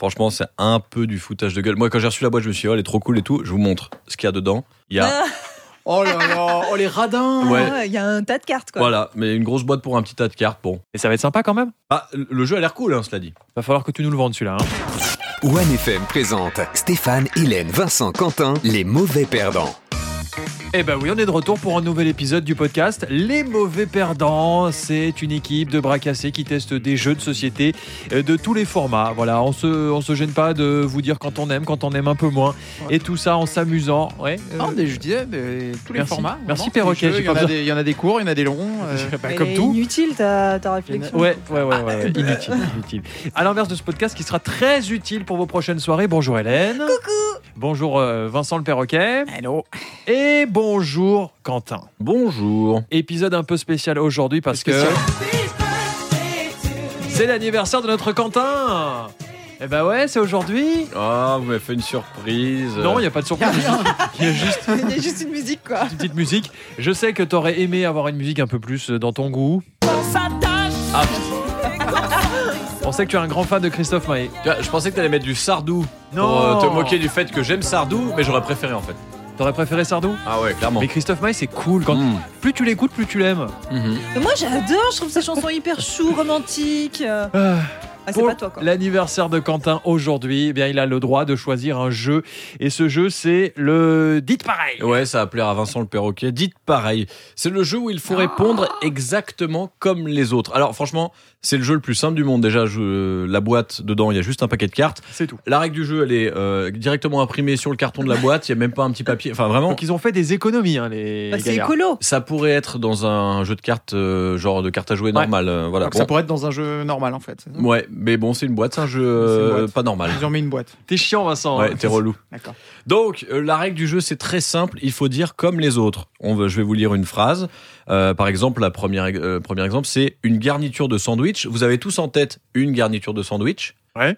Franchement, c'est un peu du foutage de gueule. Moi, quand j'ai reçu la boîte, je me suis dit, oh, elle est trop cool et tout. Je vous montre ce qu'il y a dedans. Il y a. Oh là là, oh les radins Ouais. Il y a un tas de cartes, Ah quoi. Voilà, mais une grosse boîte pour un petit tas de cartes, bon. Et ça va être sympa quand même. Ah, le jeu a l'air cool, hein, cela dit. Va falloir que tu nous le vendes celui-là. hein. One FM présente Stéphane, Hélène, Vincent, Quentin, les mauvais perdants. Eh ben oui, on est de retour pour un nouvel épisode du podcast Les Mauvais Perdants. C'est une équipe de bras cassés qui teste des jeux de société euh, de tous les formats. Voilà, on se, on se gêne pas de vous dire quand on aime, quand on aime un peu moins. Et tout ça en s'amusant. Ouais. euh, Non, Ah, mais je disais, mais tous les Merci. formats. Merci, vraiment, tous les Perroquet, jeux, j'ai Il y, pas en a besoin. des- il y en a des courts, il y en a des longs. euh, bah, Elle comme est tout. Inutile ta, ta réflexion. Ouais, ouais, ouais, ouais, ouais. Inutile, inutile. À l'inverse de ce podcast qui sera très utile pour vos prochaines soirées. Bonjour Hélène. Coucou. Bonjour euh, Vincent le perroquet. Hello. Et bonjour Quentin. Bonjour. Épisode un peu spécial aujourd'hui parce que Spécial. c'est l'anniversaire de notre Quentin. Eh ben ouais, c'est aujourd'hui. Ah, vous m'avez fait une surprise. Non, il n'y a pas de surprise. Il y a juste Il y a juste une musique, quoi. une petite musique. Je sais que t'aurais aimé avoir une musique un peu plus euh, dans ton goût. Ah, On sait que tu es un grand fan de Christophe Maé. Tu vois, je pensais que t'allais mettre du Sardou pour Non. euh, te moquer du fait que j'aime Sardou, mais j'aurais préféré en fait. T'aurais préféré Sardou Ah ouais, clairement. Mais Christophe Maé, c'est cool. Quand... Mmh. Plus tu l'écoutes, plus tu l'aimes. Mhm. Mais moi, j'adore. Je trouve ces chansons hyper chou, romantique. Ah, Ah. c'est Pour pas toi, quoi. L'anniversaire de Quentin aujourd'hui, eh bien, il a le droit de choisir un jeu. Et ce jeu, c'est le Dites pareil. Ouais, ça va plaire à Vincent le perroquet. Dites pareil. C'est le jeu où il faut répondre exactement comme les autres. Alors franchement, c'est le jeu le plus simple du monde. Déjà, je- la boîte dedans, il y a juste un paquet de cartes. C'est tout. La règle du jeu, elle est euh, directement imprimée sur le carton de la boîte. Il n'y a même pas un petit papier. Enfin, vraiment. Donc, ils ont fait des économies, hein, les Bah, c'est gaillards. écolo. Ça pourrait être dans un jeu de cartes, euh, genre de cartes à jouer normal. euh, voilà. Donc ça Bon. pourrait être dans un jeu normal en fait. Ouais, mais bon, c'est une boîte, c'est un jeu C'est une euh, boîte. pas normal. Ils ont mis une boîte. T'es chiant, Vincent. hein. Ouais, t'es relou. D'accord. Donc, euh, la règle du jeu, c'est très simple. Il faut dire comme les autres. On veut, je vais vous lire une phrase. Euh, par exemple, la première, euh, premier exemple, c'est une garniture de sandwich. Vous avez tous en tête une garniture de sandwich. Ouais.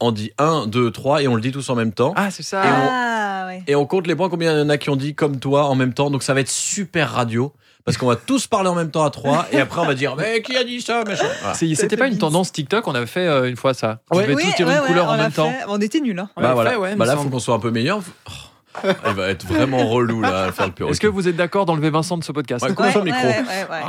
On dit 1, 2, 3 et on le dit tous en même temps. Ah, c'est ça. Ah, ouais. Et on compte les points, combien il y en a qui ont dit comme toi en même temps. Donc, ça va être super radio. Parce qu'on va tous parler en même temps à trois. Et après, on va dire, mais qui a dit ça, machin. Voilà. Bah, C'est- C'était pas une tendance TikTok, on avait fait euh, une fois ça. On devait Oui, tous tirer ouais, une ouais, couleur on en l'a même temps. fait. On était nuls. hein. On bah l'a voilà. fait, ouais, il bah me là, faut semble. qu'on soit un peu meilleur. Oh, il va être vraiment relou là, à faire le perroquet. Est-ce que vous êtes d'accord d'enlever Vincent de ce podcast Ouais, coupe Ouais, son ouais, micro. ouais, ouais, ouais.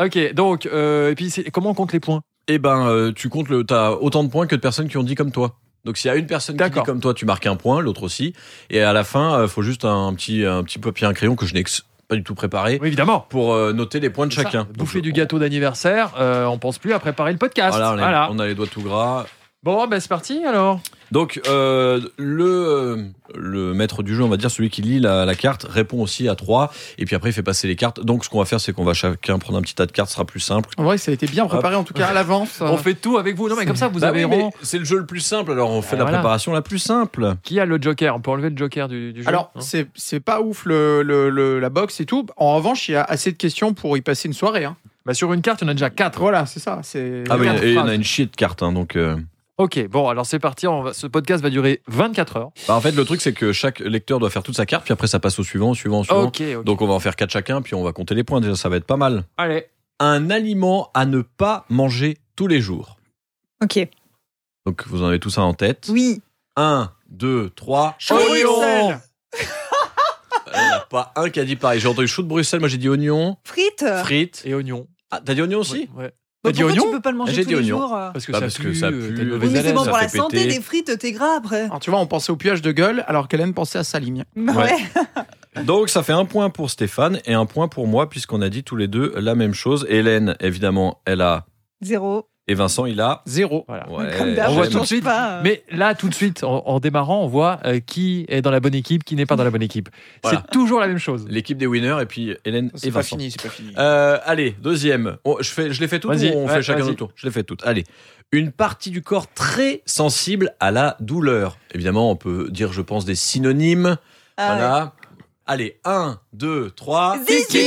Ok, donc, euh, et puis c'est- comment on compte les points Eh ben, euh, tu comptes le, t'as autant de points que de personnes qui ont dit comme toi. Donc s'il y a une personne qui dit D'accord. comme toi, tu marques un point, l'autre aussi. Et à la fin, euh, faut juste un petit, un petit papier, un crayon que je n'ai ex- pas du tout préparé Oui, Évidemment. pour euh, noter les points de C'est chacun. ça. Bouffer Donc, du gâteau d'anniversaire, euh, on pense plus à préparer le podcast. Voilà, Voilà. on a, on a les doigts tout gras. Bon, ben c'est parti alors. Donc euh, le euh, le maître du jeu, on va dire celui qui lit la, la carte, répond aussi à trois. Et puis après, il fait passer les cartes. Donc ce qu'on va faire, c'est qu'on va chacun prendre un petit tas de cartes, ce sera plus simple. En vrai, ça a été bien préparé en tout cas à l'avance. hein. On fait tout avec vous. Non, mais comme ça, vous Bah avez oui, mais rond. c'est le jeu le plus simple. Alors on fait Ah, la voilà. préparation la plus simple. Qui a le joker On peut enlever le joker du, du jeu Alors, hein c'est c'est pas ouf le, le- le- la box et tout. En revanche, il y a assez de questions pour y passer une soirée. hein. Bah, sur une carte, il y en a déjà 4. Voilà, c'est ça. c'est- Ah oui, Quatre et on a phrases. une chier de cartes, hein, donc. euh, Ok, bon, alors c'est parti. on va- ce podcast va durer 24 heures. Bah, en fait, le truc, c'est que chaque lecteur doit faire toute sa carte, puis après, ça passe au suivant, au suivant, au suivant. Ok, ok. Donc, on va en faire quatre chacun, puis on va compter les points. Déjà, ça va être pas mal. Allez. Un aliment à ne pas manger tous les jours. Ok. Donc, vous en avez tout ça en tête. Oui. 1, 2, 3. Chou de Bruxelles. Il n'y Euh, en a pas un qui a dit pareil. J'ai entendu chou de Bruxelles, moi j'ai dit oignon, Frites. frites. Et oignon. Ah, t'as dit oignon aussi Ouais, ouais. Bah, T'as dit pourquoi oignon tu peux pas le manger J'ai tous dit les oignon. jours euh Parce que, Bah, ça, parce pue, que ça euh, pue. t'as une Oui, mauvaise mais c'est haleine. bon ça pour la fait santé, péter. des frites, t'es gras après. Alors, tu vois, on pensait au pioche de gueule alors qu'Hélène pensait à sa ligne. Ouais. Donc ça fait un point pour Stéphane et un point pour moi, puisqu'on a dit tous les deux la même chose. Hélène, évidemment, elle a. Zéro. Et Vincent, il a. Zéro. Voilà. Ouais, Comme on d'hab, voit je j'aime. tout de change suite, pas, euh. Mais là, tout de suite, en, en démarrant, on voit euh, qui est dans la bonne équipe, qui n'est pas dans la bonne équipe. Voilà. C'est toujours la même chose. L'équipe des winners et puis Hélène et C'est pas Vincent. fini, c'est pas fini. Euh, allez, deuxième. On- je, fais, je les fais toutes Vas-y, ou on ouais, fait chacun vas-y. notre tour Je les fais toutes. Allez. Une partie du corps très sensible à la douleur. Évidemment, on peut dire, je pense, des synonymes. Ah ouais. voilà. Allez, 1, 2, 3. Zizi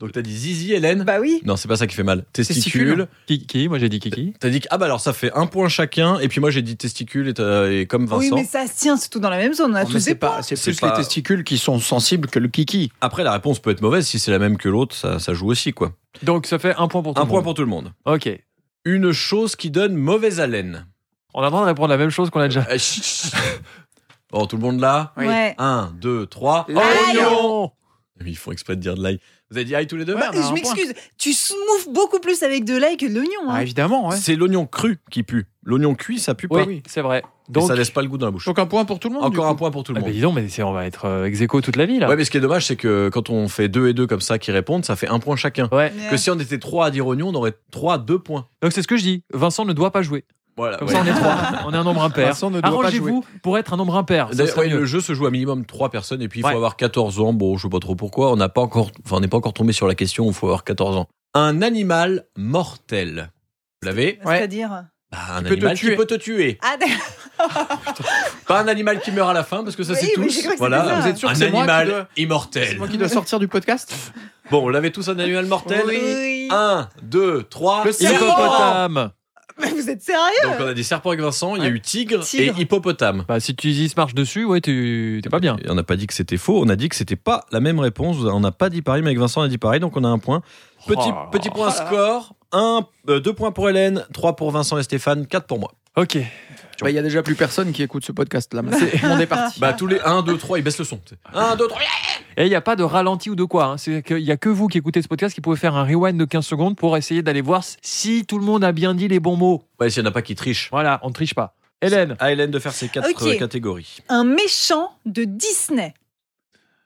Donc, t'as dit Zizi, Hélène Bah oui. Non, c'est pas ça qui fait mal. Testicule. Testicule. Qui, qui Moi, j'ai dit Kiki. T'as dit que, ah bah alors ça fait un point chacun, et puis moi j'ai dit testicule, et, t'as- et comme Vincent. Oui, mais ça se tient surtout dans la même zone. On a Mais tous c'est des pas- points. c'est C'est plus pas- les testicules qui sont sensibles que le kiki. Après, la réponse peut être mauvaise. Si c'est la même que l'autre, ça, ça joue aussi, quoi. Donc, ça fait un point pour tout Un le point monde. pour tout le monde. Ok. Une chose qui donne mauvaise haleine. On a le droit de répondre la même chose qu'on a déjà. Eh, chut, chut. Bon, tout le monde là Oui. Ouais. 1, 2, 3. Aïe. Oignon Mais Oh! ils font exprès de dire de l'ail. Vous avez dit aïe tous les deux Bah, je m'excuse, tu smouffes beaucoup plus avec de l'ail que de l'oignon. hein. Ah, évidemment, ouais. C'est l'oignon cru qui pue. L'oignon cuit, ça pue pas. Oui, c'est vrai. Donc, Donc, ça laisse pas le goût dans la bouche. Donc un point pour tout le monde. Encore un du coup. point pour tout Ah le bah monde. dis donc, mais c'est- on va être euh, ex aequo toute la vie là. Ouais, mais ce qui est dommage, c'est que quand on fait deux et deux comme ça qui répondent, ça fait un point chacun. Ouais. Ouais. Que si on était trois à dire oignon, on aurait trois, deux points. Donc c'est ce que je dis. Vincent ne doit pas jouer. Voilà. Comme Ah, ouais. ça, on est trois. On est un nombre impair. Vincent ne doit pas Arrangez-vous pour être un nombre impair. Ça D'ailleurs, serait ouais, mieux. le jeu se joue à minimum 3 personnes et puis il faut Ouais. avoir 14 ans. Bon, je sais pas trop pourquoi. On n'a pas encore, enfin, on n'est pas encore tombé sur la question où il faut avoir 14 ans. Un animal mortel. Vous l'avez Ouais. C'est-à-dire. Bah, Un Qui peut te animal qui tuer. peut te tuer. Ah, d'accord. Pas un animal qui meurt à la fin parce que ça Oui, c'est mais tous. j'ai cru que c'était voilà. ça. Vous êtes sûr un que c'est moi animal qui dois- immortel. C'est moi qui dois sortir du podcast Bon, on l'avait tous un animal mortel. Oui. 1, 2, 3. Le serpent. Hippopotame. Mais vous êtes sérieux Donc euh, on a des serpents avec Vincent, il y a eu tigre, Tigre. et hippopotame. Bah si tu dis se marche dessus, ouais, tu t'es pas bien. Et on n'a pas dit que c'était faux, on a dit que c'était pas la même réponse. On n'a pas dit pareil, mais avec Vincent on a dit pareil, donc on a un point. Petit, Oh là petit là. point score. Un, euh, deux points pour Hélène, trois pour Vincent et Stéphane, quatre pour moi. Ok. Bah, Il y a déjà plus personne qui écoute ce podcast là. maintenant. On est parti. Bah tous les 1, 2, 3, ils baissent le son. 1, 2, 3. Et il n'y a pas de ralenti ou de quoi. hein. C'est qu'il n'y a que vous qui écoutez ce podcast qui pouvez faire un rewind de 15 secondes pour essayer d'aller voir si tout le monde a bien dit les bons mots. Ouais, s'il n'y en a pas qui triche. Voilà, on ne triche pas. Hélène, À Hélène de faire ses quatre Ok. euh, catégories. Un méchant de Disney.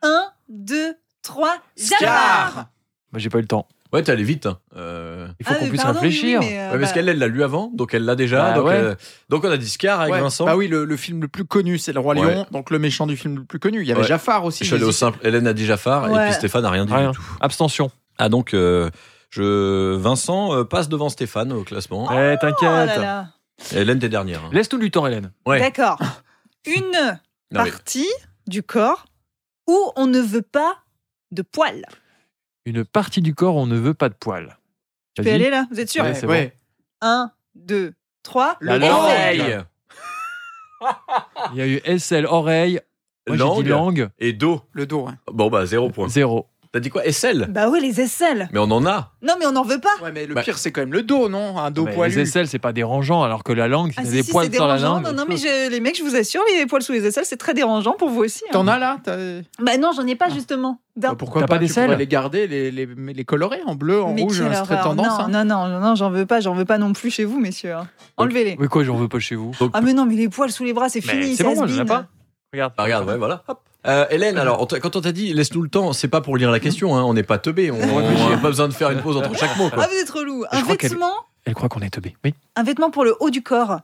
1, 2, 3, Jafar bah, j'ai pas eu le temps. Ouais, t'es allé vite. hein. Euh, Il faut Ah, qu'on mais puisse pardon, oui, réfléchir. mais, euh, ouais, parce bah, qu'elle, elle l'a lu avant, donc elle l'a déjà. Bah donc, ouais. euh, donc on a dit Scar avec Ouais. Vincent. Bah oui, le, le film le plus connu, c'est Le Roi Ouais. Lion. Donc le méchant du film le plus connu. Il y avait Ouais. Jafar Je aussi. suis allé au mais- simple. Hélène a dit Jafar et Ouais. puis Stéphane n'a rien euh, dit Rien. du tout. Abstention. Ah donc euh, je Vincent euh, passe devant Stéphane au classement. Eh, oh là t'inquiète. là. Hélène t'es dernière. hein. Laisse-nous du temps, Hélène. Ouais. D'accord. Une Non, mais- partie du corps où on ne veut pas de poils. Une partie du corps, où on ne veut pas de poils. Tu peux Vas-y. aller là Vous êtes sûr Ouais, Ouais, c'est ouais. 1, 2, 3. La langue. langue Il y a eu SL, oreille, moi, j'ai dit langue, et dos. Le dos. ouais. Bon bah zéro point. zéro. T'as dit quoi SL Bah ouais, les aisselles. Mais on en a. Non, mais on n'en veut pas. Ouais, mais le Bah- pire, c'est quand même le dos, non Un dos Mais poilu. les aisselles, c'est pas dérangeant, alors que la langue, si Ah, t'as si, des si, poils c'est sur la dérangeant. langue. Non, non, mais je- les mecs, je vous assure, les poils sous les aisselles, c'est très dérangeant pour vous aussi. hein. T'en as là T'as- Bah non, j'en ai pas justement. Non. Bah, Pourquoi T'as pas, pas des Tu pourrais selles les garder, les, les, mais les colorer en bleu, en Mais rouge, quelle hein, c'est très horreur. tendance. non, non, hein. non, non, non, j'en veux pas, j'en veux pas non plus chez vous, messieurs. hein. Enlevez-les. Mais quoi, j'en veux pas chez vous Ah mais non, mais les poils sous les bras, c'est Mais fini. c'est bon, has je l'ai been. pas. Regarde. Bah, regarde, ouais, voilà. Hop. Euh, Hélène, alors on t'a- quand on t'a dit laisse-nous le temps, c'est pas pour lire la question, hein, on n'est pas teubé, on n'a pas besoin de faire une pause entre chaque mot. Ah Quoi. vous êtes relou. Je Un crois qu'elle- vêtement, Elle croit qu'on est teubé. Oui. un vêtement pour le haut du corps.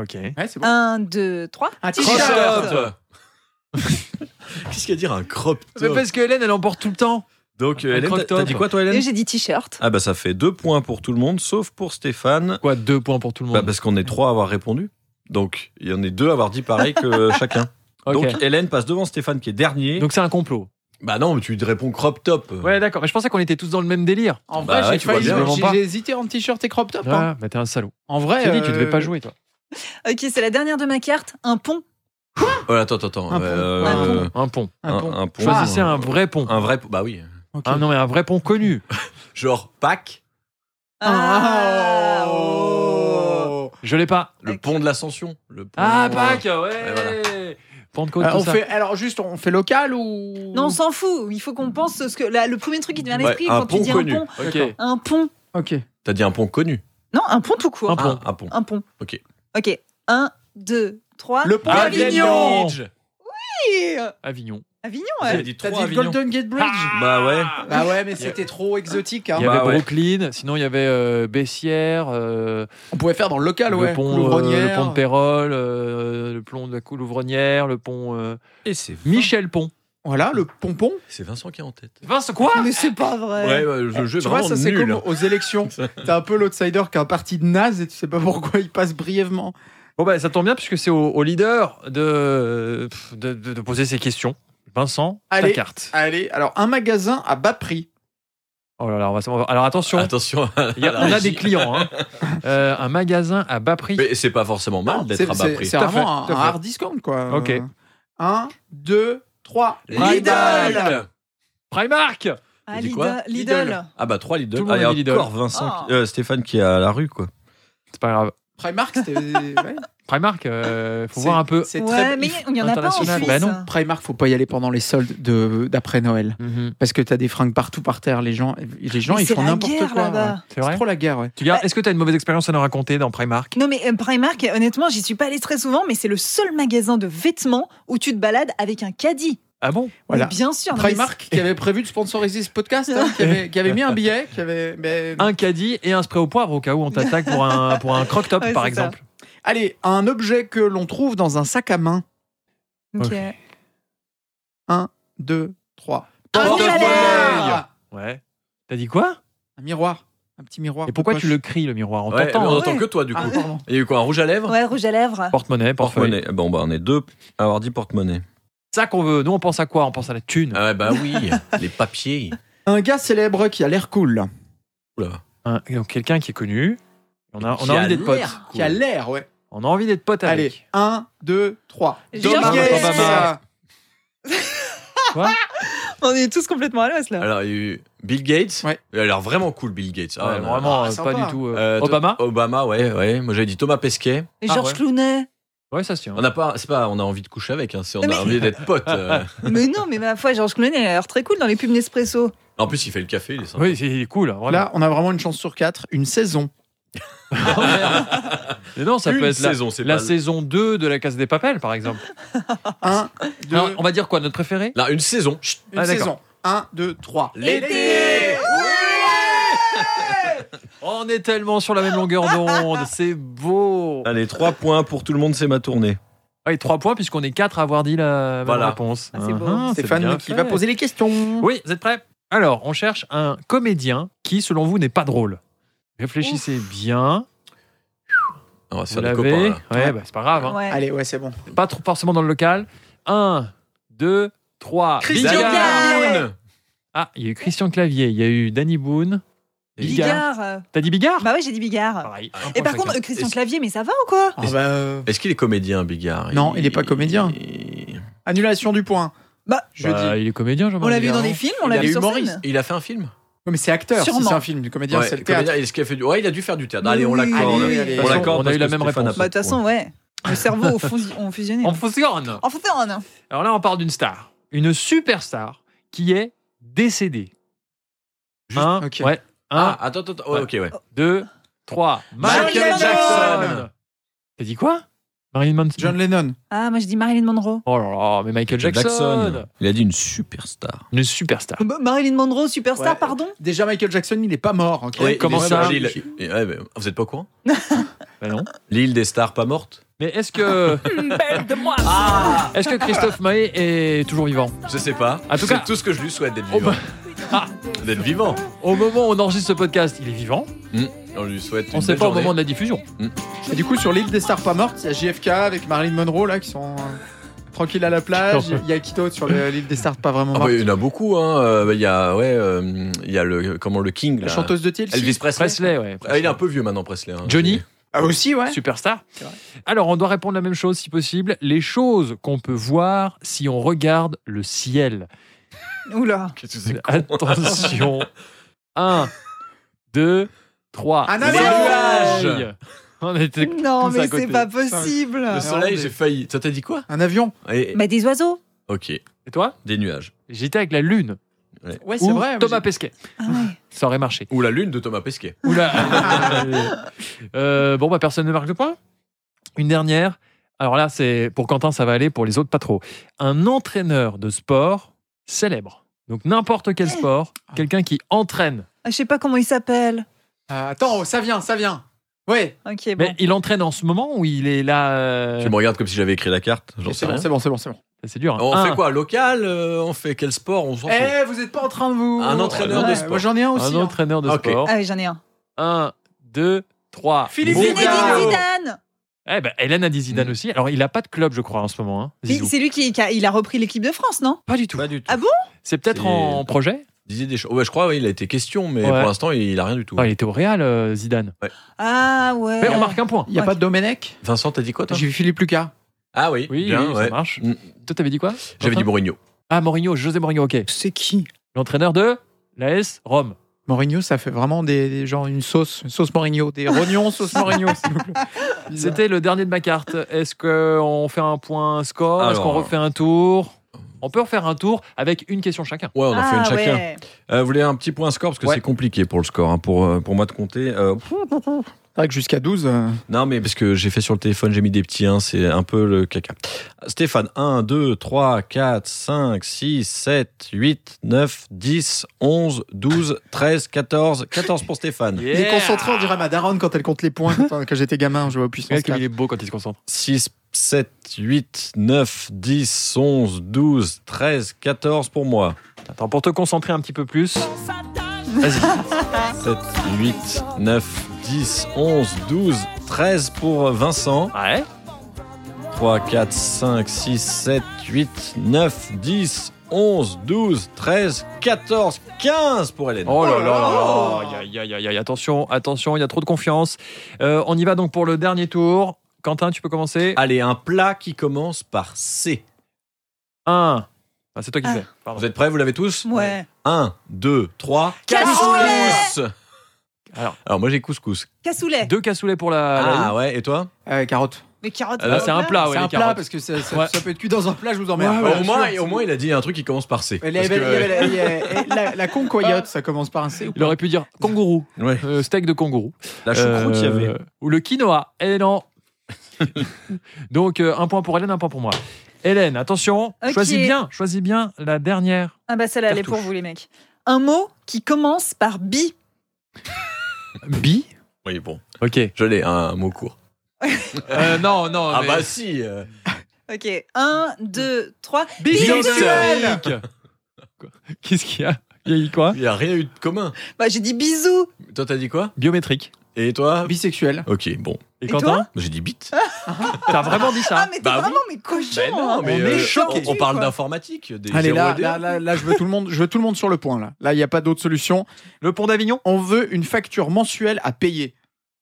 Ok. Ouais, c'est bon. 1, 2, 3. Un Crop top. Qu'est-ce qu'il y a à dire un crop Mais top parce que Hélène, elle emporte tout le temps. Donc euh, Un Hélène, crop t'as- t'as top. dit quoi toi Et Hélène j'ai dit t-shirt. Ah bah ça fait deux points pour tout le monde, sauf pour Stéphane Quoi, deux points pour tout le Bah, monde parce qu'on est trois à avoir répondu. Donc, il y en a deux à avoir dit pareil que chacun. Ok. Donc, Hélène passe devant Stéphane qui est dernier. Donc c'est un complot. bah non, mais tu te réponds crop top. Ouais, d'accord. Mais je pensais qu'on était tous dans le même délire. En Bah vrai, ouais, j'ai tu vois failli- bien. j'ai- Vraiment pas. j'ai hésité en t-shirt et crop top. hein. Ah, mais t'es un salaud. En vrai. J'ai dit, tu euh, devais pas jouer, toi. Ok, c'est la dernière de ma carte. Un pont. Oh, attends, attends, attends. Un pont. Euh, Un pont. Un pont. un pont. Choisissez un vrai pont. Un vrai pont. Bah oui. Ok. Ah non, mais un vrai pont connu. Genre Pâques, Ah, oh. Oh. Je l'ai pas. le Ok. pont de l'Ascension. le pont- Ah, Pâques, ouais. Ah, voilà. Pentecôte, Euh, tout on ça. fait, alors juste, on fait local ou Non, on s'en fout. Il faut qu'on pense ce que là, le premier truc qui te vient à l'esprit Ouais, un quand tu pont dis connu. un pont. Ok. D'accord. Un pont. Ok. T'as dit un pont connu. Non, un pont tout court. Un pont. Ah, un pont. Un pont. Ok. Ok. 1, 2, 3. Le pont Avignon. Avignon. Avignon, J'ai ouais. dit Ah T'as trois dit le Avignon. Golden Gate Bridge Ah. Bah ouais. Bah ouais, mais c'était trop exotique. hein. Il y Bah avait ouais. Brooklyn, sinon il y avait euh, Bessières, euh, On pouvait faire dans le local, Ah, ouais. le, pont, euh, le pont de Pérol, euh, le pont de la Coulouvrenière, le pont euh, Et c'est Michel Pont. Voilà, le pompon. C'est Vincent qui est en tête. Vince, quoi Ah, Mais c'est pas vrai. Ouais, bah, le jeu est tu vois, vraiment ça c'est nul. comme aux élections. T'as un peu l'outsider qui a un parti de naze et tu sais pas pourquoi il passe brièvement. Bon, bah, ça tombe bien puisque c'est au, au leader de, pff, de, de- de poser ses questions. Vincent, Allez. ta carte. Allez, alors un magasin à bas prix. Oh là là, on va savoir- Alors attention, Attention. à il y a- la on a régie. des clients. hein. Euh, un magasin à bas prix. Mais c'est pas forcément mal d'être Ah, C'est- à bas c'est- prix. C'est Tout à fait, vraiment tout à un, un fait. hard discount, quoi. Ok. 1, 2, 3. Ah, Lidl Primark Ah, J'ai dit quoi Lidl. Lidl. Ah bah 3 Lidl. Tout le Ah, monde il y a a dit Lidl. encore Vincent, qui- Ah. euh, Stéphane qui est à la rue quoi. C'est pas grave. Primark, c'était. ouais. Primark, euh, faut C'est- voir un peu. C'est Ouais, très. mais il faut- il n'y en a pas en international. Suisse. Bah non. Primark, faut pas y aller pendant les soldes de- d'après Noël. Mhm, Parce que t'as des fringues partout par terre. Les gens, les gens Mais ils c'est font la n'importe guerre, quoi. là-bas. ouais. C'est C'est vrai. trop la guerre, ouais. Tu gardes- Est-ce que tu as une mauvaise expérience à nous raconter dans Primark Non mais euh, Primark, honnêtement, j'y suis pas allée très souvent, mais c'est le seul magasin de vêtements où tu te balades avec un caddie. Ah bon Voilà. Mais bien sûr. non, mais Primark qui avait prévu de sponsoriser ce podcast, hein, qui, avait, qui avait mis un billet, qui avait. mais- Un caddie et un spray au poivre au cas où on t'attaque pour un pour un croc top Ouais, par c'est ça. exemple. Allez, un objet que l'on trouve dans un sac à main. c'est- ok. Deux, trois. Un Portefeuille. miroir. Ouais. T'as dit quoi Un miroir. Un petit miroir. Et pourquoi de tu poche. le cries le miroir On Ouais, mais t'entend. on hein. entend que toi, du coup. Ah, pardon. Il y a eu quoi Un rouge à lèvres Ouais, rouge à lèvres. Porte-monnaie, portefeuille. Porte-monnaie. Bon, bah, on est deux à avoir dit porte-monnaie. C'est ça qu'on veut. Nous on pense à quoi On pense à la thune. Ah, ouais, bah oui, les papiers. Un gars célèbre qui a l'air cool. Oula. Un- donc quelqu'un qui est connu. On a, on Qui a a envie d'être pote. l'air Qui a l'air, ouais. On a envie d'être pote avec. Allez, un, deux, trois. George Thomas Gates. Obama. On est tous complètement à l'os là. Alors, il y a eu Bill Gates. Ouais. Il a l'air vraiment cool, Bill Gates. Ah, Ouais, non, vraiment, ah, euh, sympa. pas du tout. euh, Euh, to- Obama Obama, ouais, ouais. Moi, j'avais dit Thomas Pesquet. Et Ah, Georges ouais. Clooney. Ouais, ça se tient. On n'a pas, c'est pas, on a envie de coucher avec. Hein, c'est- on Mais- a envie d'être euh. pote. mais non, mais ma foi, Georges Clooney il a l'air très cool dans les pubs Nespresso. En plus, il fait le café, il est sympa. Oui, c'est il est cool. Vraiment. Là, on a vraiment une chance sur quatre, une saison. Mais non, ça Une peut être la, saison, c'est la pas- saison 2 de la Case des Papels, par exemple. Un, deux, Alors, on va dire quoi Notre préféré Là, une saison. Chut. une ah, d'accord. saison. Un, deux, trois. L'été On est tellement sur la même longueur d'onde. C'est beau. Allez, trois points pour tout le monde, c'est ma tournée. Allez, 3 points, puisqu'on est 4 à avoir dit la même Voilà. réponse. Ah, c'est beau. bien Stéphane qui fait. va poser les questions. Oui, vous êtes prêts Alors, on cherche un comédien qui, selon vous, n'est pas drôle. Réfléchissez bien. On va se Vous faire des l'avez copains. là. Ouais, bah, c'est pas grave. hein. Ouais. Allez, ouais, c'est bon. Pas trop forcément dans le local. 1, 2, 3. Christian Daniel Bigard Boone. Ah, il y a eu Christian Clavier, il y a eu Danny Boone. Bigard. T'as dit Bigard Bah ouais, j'ai dit Bigard. Pareil. Et par contre, euh, Christian Est-ce- Clavier, mais ça va ou quoi Ah bah, euh, Est-ce qu'il est comédien, Bigard Non, il est pas comédien. Il- Annulation du point. Bah, jeudi. Bah, il est comédien, Jean-Marc. On l'a vu Bigard. dans des films, on Il l'a est vu sur humoriste. scène. Il a fait un film Ouais, mais c'est acteur, si Sûrement. c'est un film. Du comédien, Ouais, c'est le théâtre. comédien, est-ce qu'il a fait du- Ouais, il a dû faire du théâtre. Allez, on Oui, oui, l'accorde. oui, oui. On Allez, l'accorde. on a eu parce la que même Stéphane a réponse. pas Bah de toute de façon, ouais. Le cerveau ont fusi- ont fusionné. On fonctionne. En fait, on a- Alors là, on parle d'une star. Une superstar qui est décédée. Juste- un, ok. ouais, Ah, un attends, attends, attends. Ouais, ok, ouais. deux, trois. Michael Jackson. T'as dit quoi Marilyn Manson. John Lennon. Ah, moi je dis Marilyn Monroe. Oh là là, mais Michael Jackson. Il a dit une superstar. Une superstar. Bah, Marilyn Monroe, superstar, Ouais. pardon Déjà, Michael Jackson, il n'est pas mort. ok Oui, comment il est ça sur l'île. Et- ouais, mais Vous êtes pas au courant Bah non. L'île des stars pas morte Mais est-ce que Ah est-ce que Christophe Maé est toujours vivant Je sais pas. En tout C'est cas- tout ce que je lui souhaite d'être Oh vivant. Ah. D'être vivant. Au moment où on enregistre ce podcast, il est vivant. Hmm. On lui souhaite une On sait belle pas au journée. moment de la diffusion. Et du coup, sur l'île des stars pas mortes, il y a JFK avec Marilyn Monroe là qui sont euh, tranquilles à la plage. Il y a qui d'autre sur le- l'île des stars pas vraiment Ah mortes bah, il y en a beaucoup, hein. Euh, bah, Il y a, ouais, euh, il y a le, comment, le King, La là. chanteuse de TLC. Elvis Presley. Presley, ouais. Ah, il est un peu vieux maintenant, Presley. hein. Johnny, Ah aussi, ouais. superstar. C'est vrai. Alors, on doit répondre la même chose si possible. Les choses qu'on peut voir si on regarde le ciel. Oula Qu'est-ce que c'est Attention. 1, 2, 3. Un Les nuage nuages. On était Non, tous à mais côté. c'est pas possible Ah, Le soleil, j'ai failli. Toi, t'as dit quoi Un avion. Et- Bah, des oiseaux Ok, Et toi des nuages. J'étais avec la lune. Ouais, Ou c'est vrai. Thomas mais Pesquet. Ah ouais. Ça aurait marché. Ou la lune de Thomas Pesquet. Oula. Euh, bon, bah, personne ne marque de point. Une dernière. Alors là, c'est pour Quentin, ça va aller, pour les autres, pas trop. Un entraîneur de sport célèbre. Donc n'importe Eh. quel sport, quelqu'un qui entraîne. Ah, Je sais pas comment il s'appelle. j'ai- Euh, attends, ça vient, ça vient. Ouais. Ok, bon. Mais il entraîne en ce moment ou il est là euh, Tu me regardes comme si j'avais écrit la carte. J'en sais C'est rien. bon, c'est bon, c'est bon, c'est bon. C'est dur. hein. On Un, fait quoi Local euh, On fait quel sport On s'en Eh, fout. vous êtes pas en train de vous. Un entraîneur de Ouais, sport. Moi j'en ai un aussi. Un hein. entraîneur de Ok. sport. Ah oui, j'en ai un. 1, 2, 3. Philippe Zinedine Zidane. Zidane Eh ben, Hélène a dit Zidane Mm. aussi. Alors, il n'a pas de club, je crois, en ce moment. hein, Il- Zizou. C'est lui qui, qui a, il a repris l'équipe de France, non Pas du tout. Pas du tout. Ah bon C'est peut-être C'est- en projet. Didier Deschamps. Ouais, je crois, ouais, il a été question, mais Ouais. pour l'instant, il a rien du tout. Ah, il était au Real, euh, Zidane. Ah ouais. Mais on marque un point. Il y a Ouais. pas de Domenech Vincent, t'as dit quoi, toi J'ai vu Philippe Lucas. Ah oui, Oui, bien, oui, ouais. ça marche. Mm. Toi, t'avais dit quoi J'avais Quentin dit Mourinho. Ah, Mourinho, José Mourinho, ok. C'est qui L'entraîneur de l'AS Rome. Mourinho, ça fait vraiment des, des gens une sauce, une sauce Mourinho, des rognons sauce Mourinho. s'il vous plaît. Bizarre. C'était le dernier de ma carte. Est-ce qu'on fait un point score Est-ce qu'on Alors. refait un tour On peut refaire un tour avec une question chacun. Ouais, on en fait une Ah, chacun. ouais. Euh, vous voulez un petit point score parce que Ouais. c'est compliqué pour le score, hein, pour, euh, pour moi de compter. Euh, pff, C'est vrai que jusqu'à 12. euh, non, mais parce que j'ai fait sur le téléphone, j'ai mis des petits 1, c'est un peu le caca. Stéphane, 1, 2, 3, 4, 5, 6, 7, 8, 9, 10, 11, 12, 13, 14. 14 pour Stéphane. Il est concentré, on dirait ma daronne quand elle compte les points. Quand, quand j'étais gamin, je jouais au puissance Regarde comme 4. il est beau quand il se concentre. 6, 7, 8, 9, 10, 11, 12, 13, 14 pour moi. Attends, pour te concentrer un petit peu plus. 7, 8, 9, 10, 11, 12, 13 pour Vincent. Ouais. 3, 4, 5, 6, 7, 8, 9, 10, 11, 12, 13, 14, 15 pour Hélène. Oh là là là là. Aïe, aïe, aïe, aïe. Attention, attention, il y a trop de confiance. Euh, on y va donc pour le dernier tour. Quentin, tu peux commencer. Allez, un plat qui commence par C. 1. Ah, c'est toi qui le fais. Pardon. Vous êtes prêts Vous l'avez tous Ouais. 1, 2, 3, Cassoulet Alors. bah moi j'ai couscous. Cassoulet. Deux cassoulets pour la. la- Ah ouais, et toi Euh, carotte. Mais carottes. Ah, là, c'est un plat, ouais, c'est les un plat carottes. parce que ça, ça- Ouais. ça peut être cuit dans un plat, je vous Ouais, Ah, bah, emmerde. ouais, au, moins, au moins, il a dit un truc qui commence par C. Mais Parce les- que- il y avait la- il y avait la, la concoyote, ça commence par un C ou Il aurait pu dire kangourou, Ouais. Euh, steak de kangourou. La choucroute, il y Euh, avait. Ou le quinoa. Eh non. Donc, euh, un point pour Hélène, un point pour moi. Hélène, attention, Ok. choisis bien, choisis bien la dernière. Ah bah celle-là, elle est pour Cartouche. vous les mecs. Un mot qui commence par bi. Bi Oui, bon, Ok. je l'ai, un mot court. Euh, non, non. Ah mais- bah si euh. Ok. Un, deux, trois. Bisous. Qu'est-ce qu'il y a Il y a eu quoi Il n'y a rien eu de commun. Bah j'ai dit bisous. Toi, t'as dit quoi Biométrique. Et toi bisexuel. Ok, bon. Et, Et Quentin J'ai dit bit. T'as vraiment dit ça Ah mais t'es Bah oui. vraiment mais cochon. Ben non, hein. mais on euh, est choqués. on, on parle d'informatique, des Allez là, 0 et là, là, là, je veux tout le monde, je veux tout le monde sur le point là. Là, il n'y a pas d'autre solution. Le pont d'Avignon On veut une facture mensuelle à payer.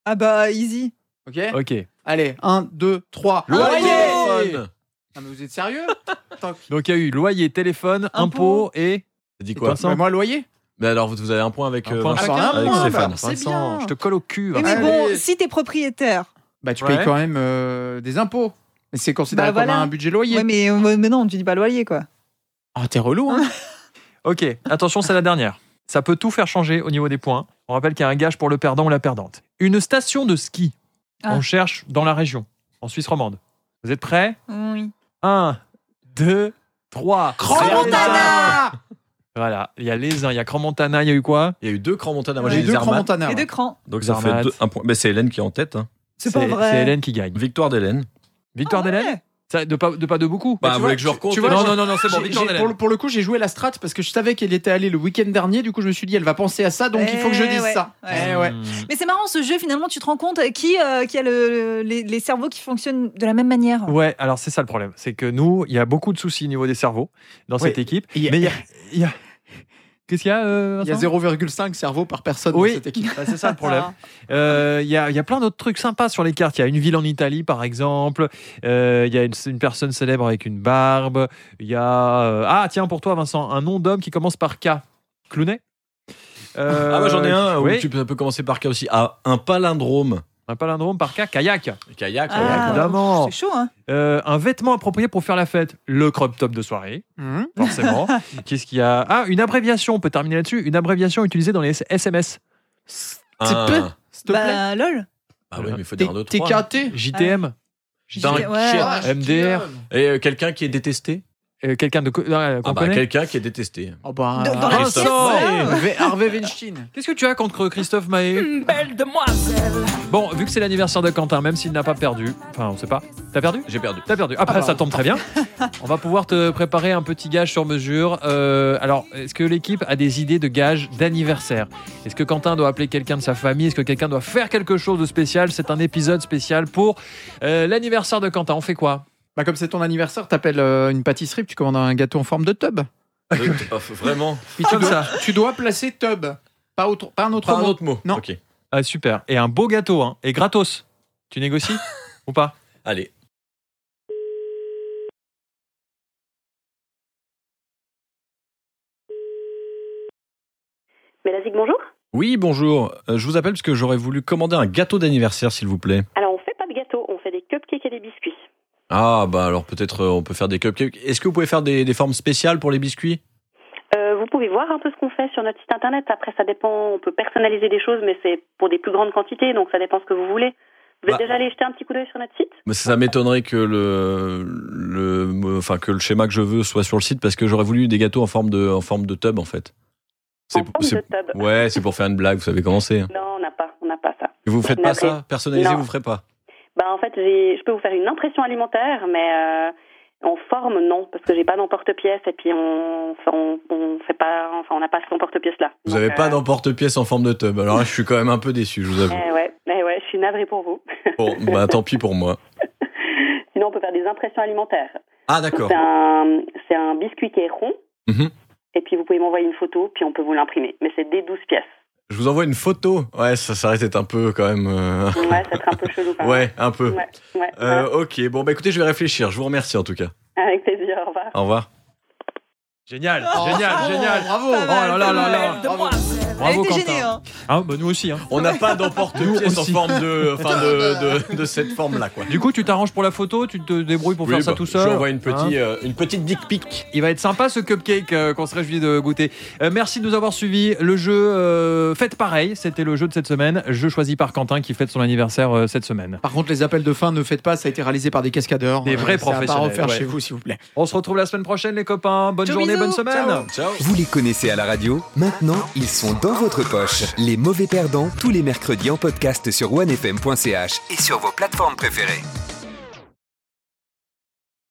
Ah bah easy. Ok. Ok. Allez, 1, 2, 3. Loyer téléphone. Ah, Non mais vous êtes sérieux Attends, Donc il y a eu loyer, téléphone, impôt, Impôt. et. T'as dit Et quoi Vincent Bah, moi loyer. Mais alors, vous- vous avez un point avec Un euh, point Vincent, avec un avec point, Stéphane. bah. C'est Vincent, bien. je te colle au Eh cul. Oui, Vincent. mais bah, bon, Allez. si t'es propriétaire. Bah tu Ouais. payes quand même euh, des impôts. Mais c'est considéré Bah, voilà. comme un budget loyer. Ouais mais, ouais, mais non, tu dis pas loyer quoi. Ah t'es relou hein. Ok, attention, c'est la dernière. Ça peut tout faire changer au niveau des points. On rappelle qu'il y a un gage pour le perdant ou la perdante. Une station de ski. Ah. On cherche dans la région, en Suisse romande. Vous êtes prêts Oui. 1, 2, 3. Montana Voilà, il y a les uns, il y a Grand Montana, il y a eu quoi Il y a eu deux crans Montana. Moi, Ouais. j'ai J'ai Les dit deux Zermatt. Montana. Et deux crans. Donc, ça Zermatt. fait deux- un point. Mais c'est Hélène qui est en tête. hein. C'est pas vrai. C'est Hélène qui gagne. Victoire d'Hélène. Victoire Ah ouais. d'Hélène Ça, de, pas, de pas de beaucoup Bah, tu vous vois, voulez que je tu- recompte tu vois, Non, j'ai- non, non, non, c'est bon, J'ai- Victoire j'ai- d'Hélène. pour, le- pour le coup, j'ai joué la strat parce que je savais qu'elle était allée le week-end dernier. Du coup, je me suis dit, elle va penser à ça, donc il faut que je Eh dise ouais, ça. ouais. Eh ouais. Hmm. Mais c'est marrant ce jeu finalement, tu te rends compte euh, qui, euh, qui a le- le- les, les cerveaux qui fonctionnent de la même manière. Ouais, alors c'est ça le problème. C'est que nous, il y a beaucoup de soucis au niveau des cerveaux dans Oui. cette équipe. Il y a- Mais il y a. il y a- Qu'est-ce qu'il y a, euh, Il y a Vincent 0,5 cerveau par personne Oui. dans cette équipe. Bah, c'est ça le Ah. problème. Euh, Il y, a, il y a plein d'autres trucs sympas sur les cartes. Il y a une ville en Italie, par exemple. Euh, Il y a une, une personne célèbre avec une barbe. Il y a. euh, Ah, tiens, pour toi, Vincent, un nom d'homme qui commence par K. Clounet Euh, Ah, bah, j'en ai un. où oui, Tu peux, ça peut commencer par K aussi. Ah, un palindrome. Un palindrome par K, kayak. Kayak. Ah, kayak. évidemment. C'est chaud, hein Euh, un vêtement approprié pour faire la fête. Le crop top de soirée, Bah, Mhm. forcément. Qu'est-ce qu'il y a Ah, une abréviation, on peut terminer là-dessus. Une abréviation utilisée dans les SMS. Un- petit peu. S'il te plaît. Bah, lol. Ah oui, mais il faut T'es- dire un autre. T'es hein. Ah, carté JTM. Dans Ouais, ouais. le- MDR. Et euh, quelqu'un qui est détesté Euh, Quelqu'un de. co- euh, qu'on Ah bah, connaît quelqu'un qui est détesté. Oh bah, Dans- dans la Christophe. pièce, Ouais. Harvey- Harvey Weinstein. Qu'est-ce que tu as contre Christophe Maé Une belle demoiselle. Bon, vu que c'est l'anniversaire de Quentin, même s'il n'a pas perdu, enfin on sait pas. T'as perdu J'ai perdu. T'as perdu. Après, Ah, ça tombe très bien. On va pouvoir te préparer un petit gage sur mesure. Euh, alors, est-ce que l'équipe a des idées de gages d'anniversaire Est-ce que Quentin doit appeler quelqu'un de sa famille Est-ce que quelqu'un doit faire quelque chose de spécial C'est un épisode spécial pour euh, l'anniversaire de Quentin. On fait quoi Bah, comme c'est ton anniversaire, t'appelles euh, une pâtisserie, puis tu commandes un gâteau en forme de tub. Euh, oh, Vraiment Puis tu, Comme dois, ça. tu dois placer tub. Pas, autre, pas un autre Pas un mot. autre mot. Non. Ok. Ah, super. Et un beau gâteau, hein. Et gratos. Tu négocies ou pas Allez. Mélasic, bonjour. Oui, bonjour. Euh, je vous appelle parce que j'aurais voulu commander un gâteau d'anniversaire, s'il vous plaît. Alors, on fait pas de gâteau, on fait des cupcakes et des biscuits. Ah, bah alors peut-être euh, on peut faire des cupcakes. Est-ce que vous pouvez faire des, des formes spéciales pour les biscuits Euh, vous pouvez voir un peu ce qu'on fait sur notre site internet. Après, ça dépend, on peut personnaliser des choses, mais c'est pour des plus grandes quantités, donc ça dépend ce que vous voulez. Vous Bah. êtes déjà allé jeter un petit coup d'œil sur notre site Mais Bah, Ça m'étonnerait que le, le, enfin, que le schéma que je veux soit sur le site parce que j'aurais voulu des gâteaux en forme de, en forme de tub, en fait. En forme c'est- de tub. Ouais, c'est pour faire une blague, vous savez comment c'est. hein. Non, on n'a pas, on n'a pas ça. Vous faites pas Navré. ça Personnalisé, Non. vous ferez pas Bah, en fait, j'ai- je peux vous faire une impression alimentaire, mais euh, en forme, non, parce que j'ai pas d'emporte-pièce et puis on, on, on fait pas, enfin, on n'a pas ce porte-pièce là. Vous avez pas d'emporte-pièce en forme de tub. Alors là, je suis quand même un peu déçu, je vous avoue. Eh ouais, eh ouais, je suis navrée pour vous. Bon, bah tant pis pour moi. Sinon, on peut faire des impressions alimentaires. Ah, d'accord. C'est un, c'est un biscuit qui est rond. Mhm. Et puis, vous pouvez m'envoyer une photo, puis on peut vous l'imprimer. Mais c'est des 12 pièces. Je vous envoie une photo. Ouais, ça, ça risque d'être un peu quand même. euh, Ouais, ça serait un peu chelou. quand même. Ouais, un peu. Ah. Ouais, ouais. Euh, ok, bon, bah écoutez, je vais réfléchir. Je vous remercie en tout cas. Avec plaisir, au revoir. Au revoir. Génial, génial, génial. Oh, Bravo. Pas mal, Oh là là pas là mal, là. de moi. Bravo, Elle était gênée, Quentin. hein. Ah, bah, nous aussi. hein. On n'a pas d'emporte-pièce en aussi. forme de, enfin de, de, de cette forme-là, quoi. Du coup, tu t'arranges pour la photo, tu te débrouilles pour Oui, faire ça bah, tout seul. Je envoie une, hein. petite euh, une petite dick pic. Il va être sympa ce cupcake euh, qu'on se réjouit de goûter. Euh, merci de nous avoir suivis. Le jeu euh, Faites pareil, c'était le jeu de cette semaine. Jeu choisi par Quentin qui fête son anniversaire euh, cette semaine. Par contre, les appels de fin, ne faites pas, ça a été réalisé par des cascadeurs. Des vrais c'est à pas professionnels, refaire ouais. chez vous, s'il vous plaît. On se retrouve la semaine prochaine, les copains. Bonne Ciao, journée, bisous. bonne semaine. Ciao. Ciao. Vous les connaissez à la radio Maintenant, ils sont dans votre poche. Les mauvais perdants, tous les mercredis en podcast sur onefm.ch et sur vos plateformes préférées.